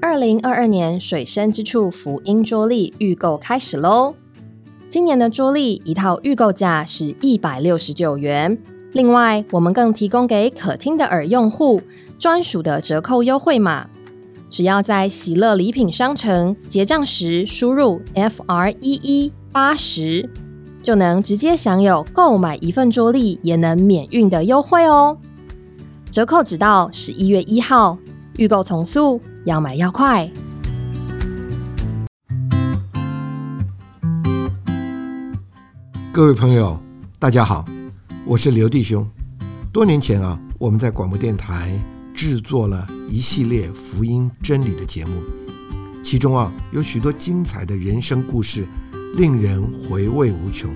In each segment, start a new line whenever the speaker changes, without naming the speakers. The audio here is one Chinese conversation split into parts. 二零二二年水深之处福音桌历预购开始喽！今年的桌历一套预购价是一百六十九元，另外我们更提供给可听的耳用户专属的折扣优惠码，只要在喜乐礼品商城结账时输入 F R 一一八十，就能直接享有购买一份桌历也能免运的优惠哦。折扣只到十一月一号，预购从速，要买要快。
各位朋友，大家好，我是刘弟兄。多年前啊，我们在广播电台制作了一系列福音真理的节目，其中啊有许多精彩的人生故事，令人回味无穷。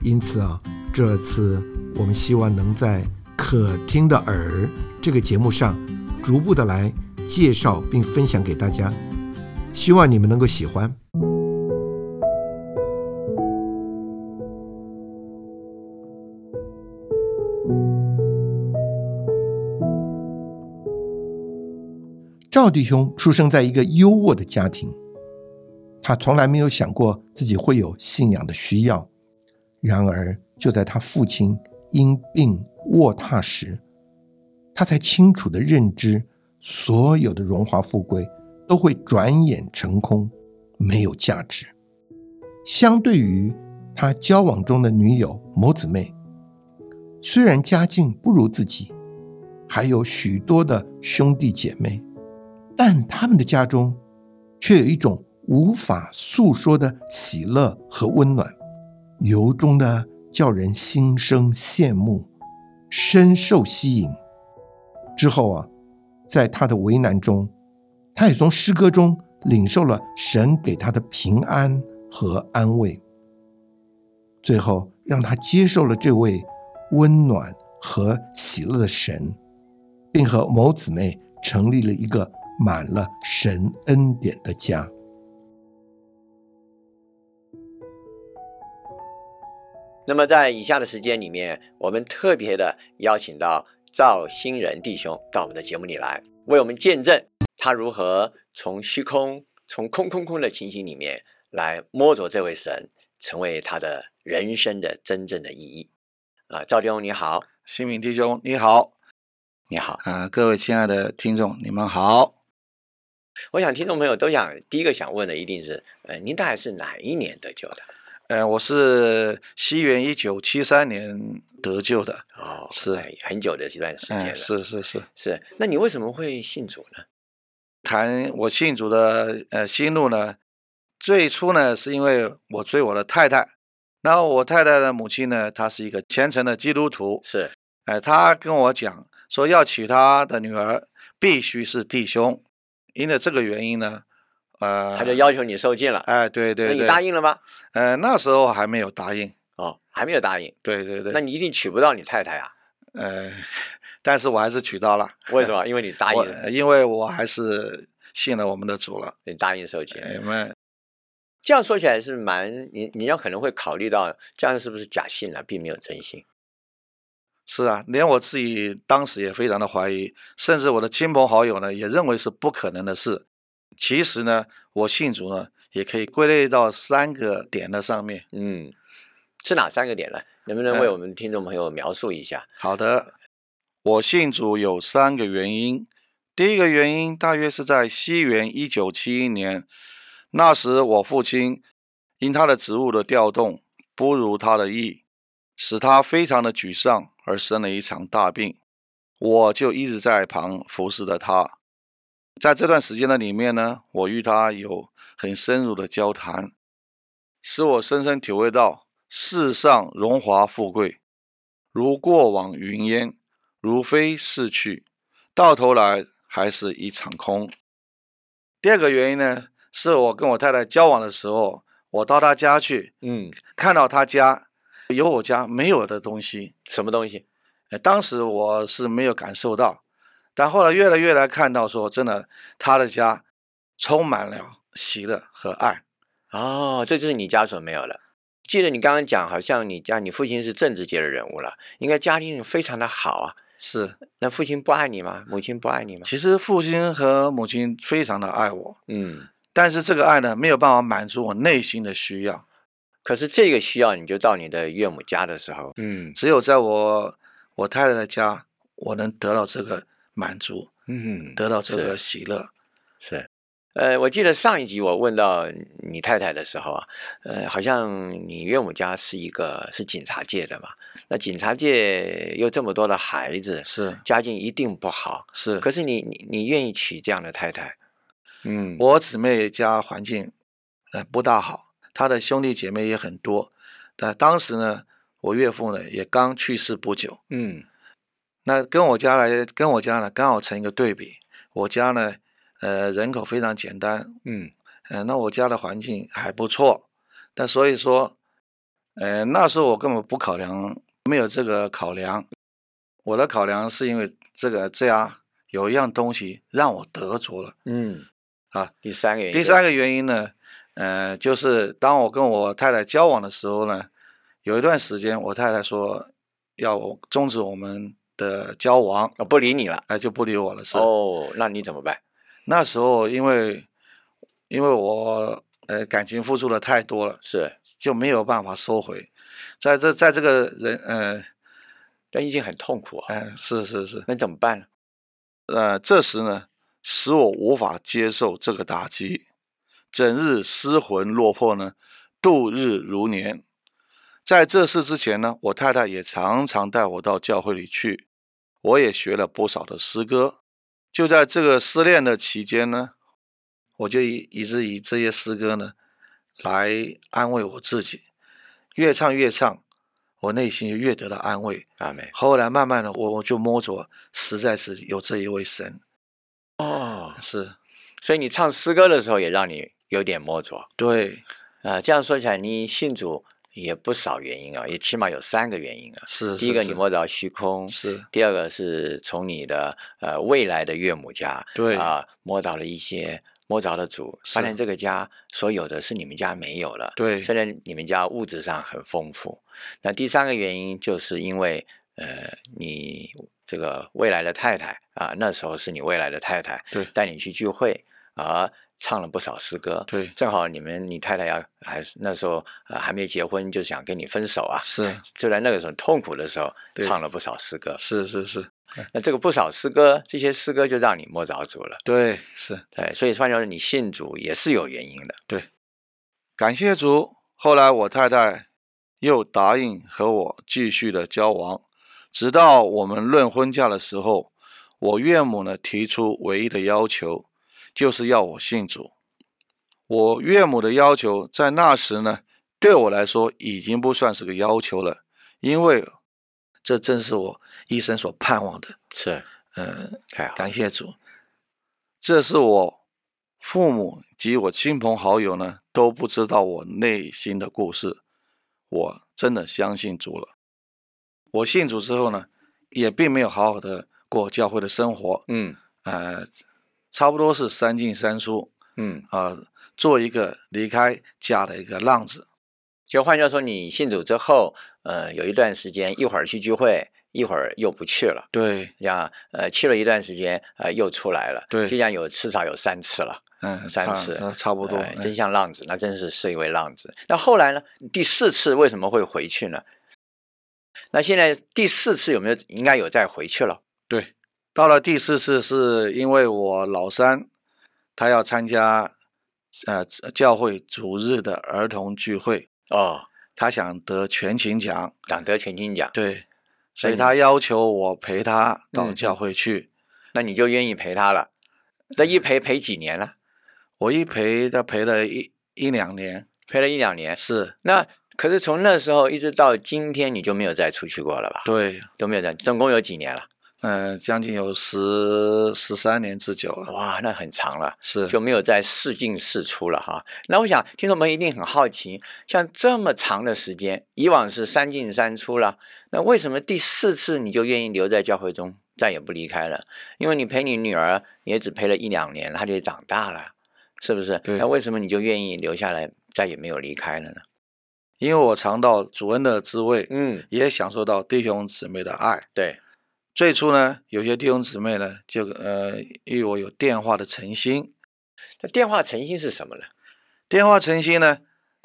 因此啊，这次我们希望能在《可听的耳》这个节目上，逐步的来介绍并分享给大家，希望你们能够喜欢。赵弟兄出生在一个优渥的家庭，他从来没有想过自己会有信仰的需要。然而，就在他父亲因病卧榻时，他才清楚的认知，所有的荣华富贵都会转眼成空，没有价值。相对于他交往中的女友某姊妹，虽然家境不如自己，还有许多的兄弟姐妹。但他们的家中却有一种无法诉说的喜乐和温暖，由衷的叫人心生羡慕，深受吸引。之后啊，在他的为难中，他也从诗歌中领受了神给他的平安和安慰。最后，让他接受了这位温暖和喜乐的神，并和某姊妹成立了一个。满了神恩典的家。
那么，在以下的时间里面，我们特别的邀请到赵新仁弟兄到我们的节目里来，为我们见证他如何从虚空、从空空空的情形里面来摸着这位神，成为他的人生的真正的意义。啊、呃，赵弟兄你好，
新敏弟兄你好，
你好
啊、呃，各位亲爱的听众，你们好。
我想听众朋友都想第一个想问的一定是，呃，您大概是哪一年得救的？
呃，我是西元一九七三年得救的，
哦，
是、哎
哎、很久的一段时间了。嗯、
是是是
是。那你为什么会信主呢？
谈我信主的呃心路呢，最初呢是因为我追我的太太，然后我太太的母亲呢，她是一个虔诚的基督徒，
是，
哎、呃，她跟我讲说要娶她的女儿必须是弟兄。因为这个原因呢，呃，
他就要求你受戒了。
哎，对对对，
那你答应了吗？
呃，那时候还没有答应。
哦，还没有答应。
对对对。
那你一定娶不到你太太啊。
呃，但是我还是娶到了。
为什么？因为你答应了。
因为我还是信了我们的主了。
你答应受戒。
哎们，
这样说起来是蛮你你要可能会考虑到这样是不是假信了、啊，并没有真心。
是啊，连我自己当时也非常的怀疑，甚至我的亲朋好友呢也认为是不可能的事。其实呢，我信主呢也可以归类到三个点的上面。
嗯，是哪三个点呢？能不能为我们听众朋友描述一下？嗯、
好的，我信主有三个原因。第一个原因大约是在西元一九七一年，那时我父亲因他的职务的调动不如他的意，使他非常的沮丧。而生了一场大病，我就一直在旁服侍着他。在这段时间的里面呢，我与他有很深入的交谈，使我深深体会到世上荣华富贵如过往云烟，如飞逝去，到头来还是一场空。第二个原因呢，是我跟我太太交往的时候，我到她家去，
嗯，
看到她家。有我家没有的东西，
什么东西？
呃，当时我是没有感受到，但后来越来越来看到说，真的，他的家充满了喜乐和爱。
哦，这就是你家所没有了。记得你刚刚讲，好像你家你父亲是政治界的人物了，应该家庭非常的好啊。
是，
那父亲不爱你吗？母亲不爱你吗？
其实父亲和母亲非常的爱我，
嗯，
但是这个爱呢，没有办法满足我内心的需要。
可是这个需要你就到你的岳母家的时候，嗯
只有在我我太太的家，我能得到这个满足，
嗯，
得到这
是
个喜乐。
是，呃，我记得上一集我问到你太太的时候啊，呃，好像你岳母家是一个是警察界的嘛，那警察界又这么多的孩子，
是
家境一定不好，
是，
可是你你你愿意娶这样的太太，嗯
我姊妹家环境呃不大好，她的兄弟姐妹也很多。那当时呢，我岳父呢也刚去世不久，
嗯
那跟我家来跟我家呢刚好成一个对比。我家呢，呃，人口非常简单，
嗯
呃，那我家的环境还不错。那所以说，呃，那时候我根本不考量，没有这个考量。我的考量是因为这个这样有一样东西让我得着了。
嗯，
啊，
第三个原因
第
就
三个原因呢，呃，就是当我跟我太太交往的时候呢，有一段时间我太太说要我终止我们的交往，哎、
哦不理你了，
就不理我了。是、
哦，那你怎么办？
那时候因为因为我呃感情付出的太多了，
是，
就没有办法收回。在这在这个人呃
但已经很痛苦啊，
呃是是是
那怎么办呢？
呃，这时呢，使我无法接受这个打击，整日失魂落魄呢，度日如年。在这事之前呢，我太太也常常带我到教会里去，我也学了不少的诗歌。就在这个失恋的期间呢，我就以以致以这些诗歌呢，来安慰我自己，越唱越唱，我内心就越得到安慰。
阿梅
后来慢慢的，我我就摸着，实在是有这一位神，
哦，
是
所以你唱诗歌的时候也让你有点摸着。
对，
啊，这样说起来，你信主也不少原因啊，也起码有三个原因啊。
是
第一
是
个，
是
你摸啊着虚空；
是
第二个是从你的呃未来的岳母家，
对
啊、摸到了一些，摸着了主，发
是
现这个家所有的是你们家没有了。
对
虽然你们家物质上很丰富，那第三个原因就是因为呃你这个未来的太太啊，那时候是你未来的太太，
对
带你去聚会啊。唱了不少诗歌，
对
正好你们你太太要还是那时候呃还没结婚，就想跟你分手啊。
是
就在那个时候痛苦的时候，
对
唱了不少诗歌。
是是是，
那这个不少诗歌，这些诗歌就让你摸着主了。
对是
对，所以换句话说，你信主也是有原因的。
感谢主。后来我太太又答应和我继续的交往，直到我们论婚嫁的时候，我岳母呢提出唯一的要求，就是要我信主。我岳母的要求在那时呢，对我来说已经不算是个要求了，因为这正是我一生所盼望的。
是，
嗯，
太好了。
感谢主，这是我父母及我亲朋好友呢都不知道我内心的故事。我真的相信主了。我信主之后呢，也并没有好好的过教会的生活，
嗯
呃，差不多是三进三出
嗯，
啊、做一个离开家的一个浪子。
就换句话说，你信主之后，呃，有一段时间，一会儿去聚会，一会儿又不去了。
对，
这样，呃，去了一段时间，呃，又出来了，
对
就像有至少有三次了。
嗯，
三
差
次
差差不多，
哎
嗯
真像浪子，那真是是一位浪子。那后来呢？第四次为什么会回去呢？那现在第四次有没有应该有再回去了？
对，到了第四次是因为我老三他要参加呃教会主日的儿童聚会，
哦，
他想得全勤奖，
党得全勤奖，
对，所
那
以
你
他要求我陪他到
嗯
教
嗯
会去。
那你就愿意陪他了。那
哎
一陪陪几年了？
我一陪他陪了一一两年，
陪了一两年。
是
那可是从那时候一直到今天，你就没有再出去过了吧？
对，
都没有再，总共有几年了？
呃，将近有十十三年之久了，
哇，那很长了。
是
就没有再试进试出了哈。那我想听众朋友一定很好奇，像这么长的时间，以往是三进三出了，那为什么第四次你就愿意留在教会中，再也不离开了？因为你陪你女儿也只陪了一两年，她就长大了，是不是？
对
那为什么你就愿意留下来，再也没有离开了呢？
因为我尝到主恩的滋味，
嗯，
也享受到弟兄姊妹的爱，
对，
最初呢，有些弟兄姊妹呢，就呃，因为我有电话的诚心，
那电话诚心是什么呢？
电话诚心呢，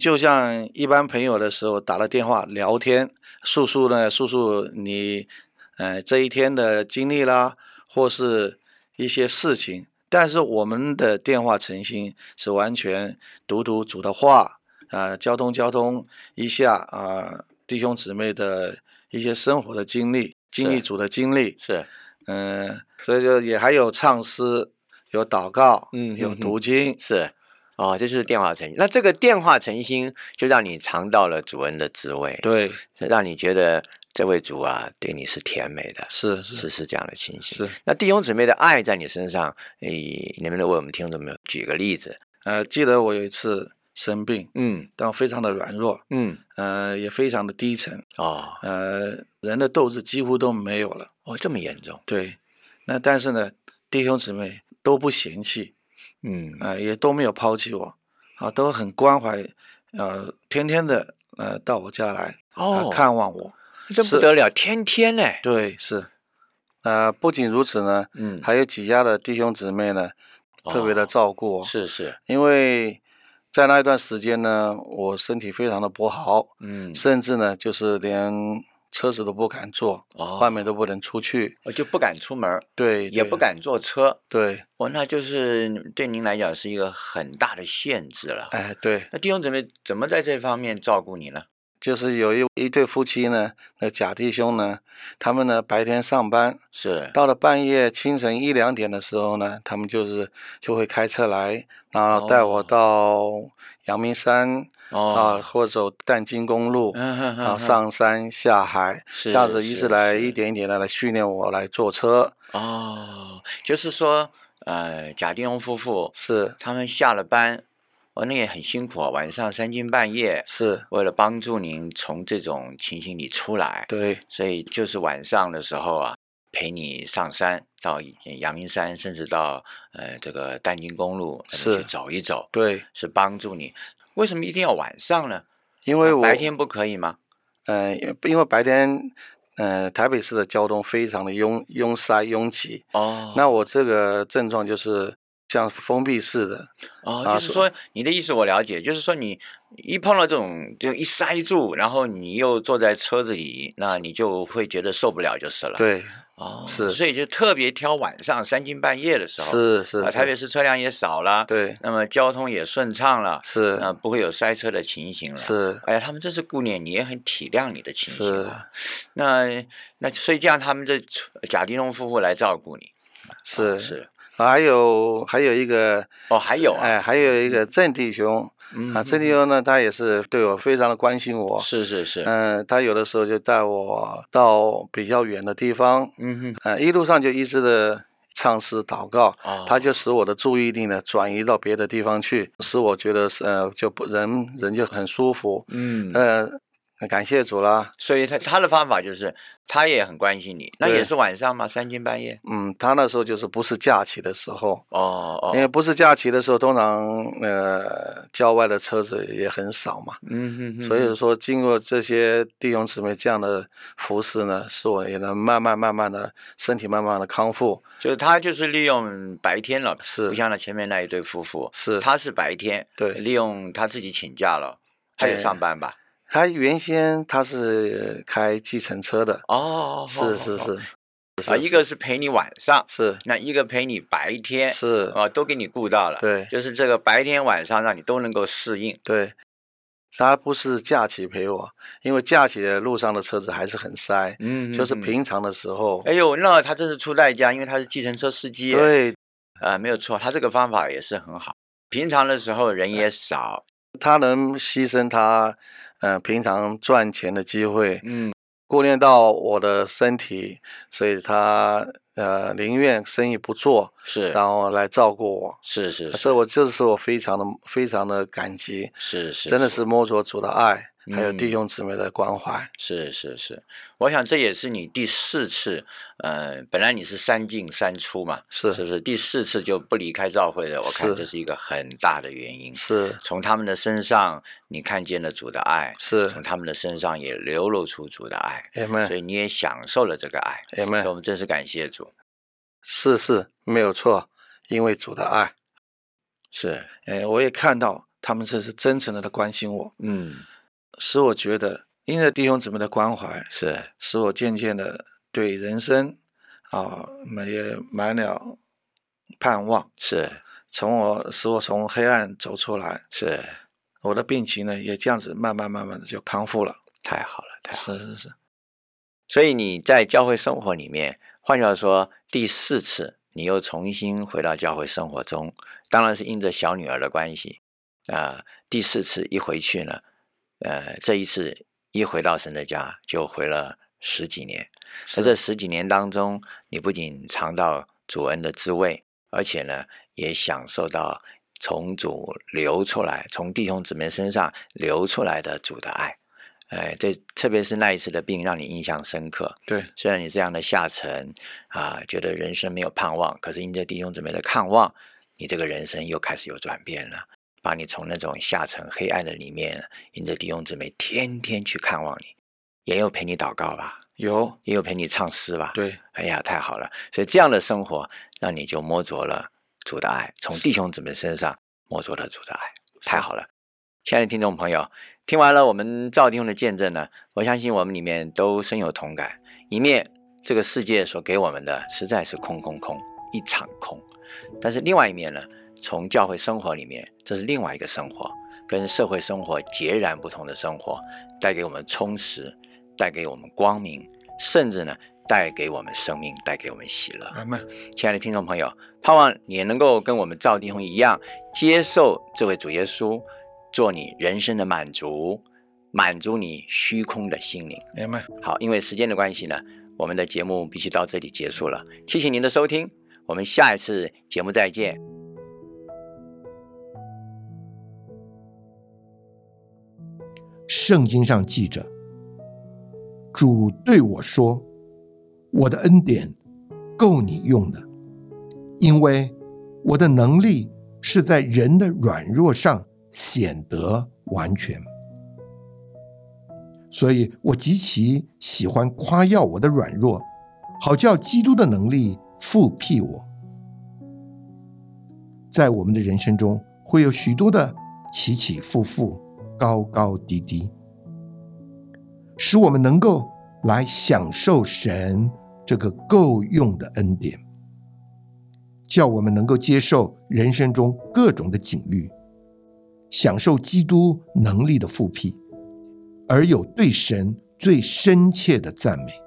就像一般朋友的时候打了电话聊天，诉诉呢，诉诉你呃这一天的经历啦，或是一些事情。但是我们的电话诚心是完全读读主的话啊、交通交通一下啊、弟兄姊妹的一些生活的经历，经历
是
主的经历，
是
嗯，所以就也还有唱诗，有祷告，
嗯
有
嗯嗯
读经，
是，哦，这就是电话诚心。那这个电话诚心就让你尝到了主恩的滋味，，
对，
让你觉得这位主啊对你是甜美的，
是
是
是
是这样的情形。
是，
那弟兄姊妹的爱在你身上，诶，能不能为我们听众们举个例子？
呃，记得我有一次生病，
嗯
但我非常的软弱，
嗯，
呃，也非常的低沉，
哦
呃，人的斗志几乎都没有了，
哦，这么严重，
对，那但是呢，弟兄姊妹都不嫌弃，
嗯
啊、也都没有抛弃我，啊，都很关怀，呃，天天的呃到我家来啊、
哦，
看望我，
这不
是
得了，天天呢，
对，是，呃，不仅如此呢，
嗯，
还有几家的弟兄姊妹呢，特别的
哦
照顾我，
是是，
因为在那一段时间呢，我身体非常的不好，
嗯
甚至呢就是连车子都不敢坐，
哦
外面都不能出去，
我就不敢出门儿，
对，
也
对
不，敢坐车。
对，
哦，那就是嗯对您来讲是一个很大的限制了。
哎，对，
那弟兄姊妹怎么在这方面照顾你呢？
就是有一一对夫妻呢，那假弟兄呢，他们呢白天上班，
是
到了半夜清晨一两点的时候呢，他们就是就会开车来，然后带
哦
我到阳明山啊、
哦，
或者走淡金公路。
嗯哼哼
啊，
哼
上山下海，
是
这样子一
是
直来
是
一点一点的来训练我来坐车，
哦，就是说，呃，贾定翁夫妇
是
他们下了班，哦，那也很辛苦啊，晚上三更半夜，
是，
为了帮助您从这种情形里出来，
对
所以就是晚上的时候啊，陪你上山到阳明山，甚至到呃这个丹津公路那边
是
去走一走，
对，
是帮助你。为什么一定要晚上呢？
因为
啊
我
白天不可以吗？
呃，因为白天呃台北市的交通非常的拥拥塞拥挤，
哦，
那我这个症状就是像封闭式的，
哦，
啊
就是
所
说你的意思我了解，就是说你一碰到这种就一塞住，然后你又坐在车子里，那你就会觉得受不了就是了。，
对，
哦，
是
所以就特别挑晚上三更半夜的时候，
是是
啊，台北
是
市车辆也少了，
对
那么交通也顺畅了，
是
呃，不会有塞车的情形了。，
是
哎呀，他们真是顾念你，也很体谅你的情形
是
啊。那那所以这样，他们这呃贾丁龙夫妇来照顾你，
是
啊是
还有还有一个
哦，还有啊，
哎，还有一个郑弟兄
嗯
啊，郑弟
嗯
兄呢，他也是对我非常的关心我，
是是是，
嗯，他有的时候就带我到比较远的地方，
嗯哼，
呃，一路上就一直的唱诗祷告，
哦，
他就使我的注意力呢转移到别的地方去，使我觉得是呃就不人人就很舒服，
嗯，
呃，感谢主啦，
所以他他的方法就是，他也很关心你，那也
对
是晚上吗？三更半夜？
嗯，他那时候就是不是假期的时候，
哦哦，
因为不是假期的时候，通常呃郊外的车子也很少嘛，
嗯哼哼，
所以说经过这些弟兄姊妹这样的服侍呢，使我也能慢慢慢慢的身体慢慢的康复，
就是他就是利用白天了，
是
不像那前面那一对夫妇，
是
他是白天，
对
利用他自己请假了，他有
哎
上班吧？
他原先他是开计程车的，
哦，
是是是
啊，一个是陪你晚上，
是
那一个陪你白天，
是，
啊，都给你顾到了，
对
就是这个白天晚上让你都能够适应，
对，他不是假期陪我，因为假期的路上的车子还是很塞，
嗯
就是。
嗯嗯
平常的时候，
哎呦，那他真是出代价，因为他是计程车司机耶，
对
啊，没有错，他这个方法也是很好。平常的时候人也 少，
他能牺牲他，呃，平常赚钱的机会，
嗯，
顾念到我的身体，所以他呃宁愿生意不做，
是
然后来照顾我。
是
啊
是是
这我这是我非常的非常的感激，
是是，
真的是摸着主的爱。还有弟
嗯
兄姊妹的关怀。
是是是，我想这也是你第四次，呃，本来你是三进三出嘛，
是
是不是？第四次就不离开教会了，我看
是
这是一个很大的原因。
是
从他们的身上，你看见了主的爱，
是
从他们的身上也流露出主的爱，所
，Amen
以你也享受了这个爱。所以
Amen，
我们真是感谢主。
是是没有错，因为主的爱，
是，
哎，我也看到他们这是真诚的关心我，
嗯，
使我觉得因着弟兄姊妹的关怀，
是
使我渐渐的对人生啊，满也满了盼望，
是
从我使我从黑暗走出来，
是，
我的病情呢也这样子慢慢慢慢的就康复了。
太好了，太好了。
是是是，
所以你在教会生活里面，换句话说，第四次你又重新回到教会生活中，当然是因着小女儿的关系啊、第四次一回去呢，呃，这一次一回到神的家就回了十几年。在
是
这十几年当中，你不仅尝到主恩的滋味，而且呢，也享受到从主流出来、从弟兄姊妹身上流出来的主的爱。哎，这特别是那一次的病，让你印象深刻。
对
虽然你这样的下沉啊、觉得人生没有盼望，可是因着弟兄姊妹的看望，你这个人生又开始有转变了，把你从那种下沉黑暗的里面，因着弟兄姊妹天天去看望你，也有陪你祷告吧。
有
也有陪你唱诗吧？，
对
哎呀，太好了！所以这样的生活，让你就摸着了主的爱，从弟兄姊妹身上摸着了主的爱，太好了！亲爱的听众朋友，听完了我们赵弟兄的见证呢，我相信我们里面都深有同感。一面这个世界所给我们的实在是空空空，一场空；但是另外一面呢，从教会生活里面，这是另外一个生活，跟社会生活截然不同的生活，带给我们充实，带给我们光明，甚至呢，带给我们生命，带给我们喜乐。
阿门。
亲爱的听众朋友，盼望你也能够跟我们赵弟兄一样，接受这位主耶稣，做你人生的满足，满足你虚空的心灵。
明白，
好，因为时间的关系呢，我们的节目必须到这里结束了。谢谢您的收听，我们下一次节目再见。
圣经上记着，主对我说：“我的恩典够你用的，因为我的能力是在人的软弱上显得完全。”所以，我极其喜欢夸耀我的软弱，好叫基督的能力复辟我。在我们的人生中，会有许多的起起伏伏、高高低低，使我们能够来享受神这个够用的恩典，叫我们能够接受人生中各种的境遇，享受基督能力的复辟，而有对神最深切的赞美。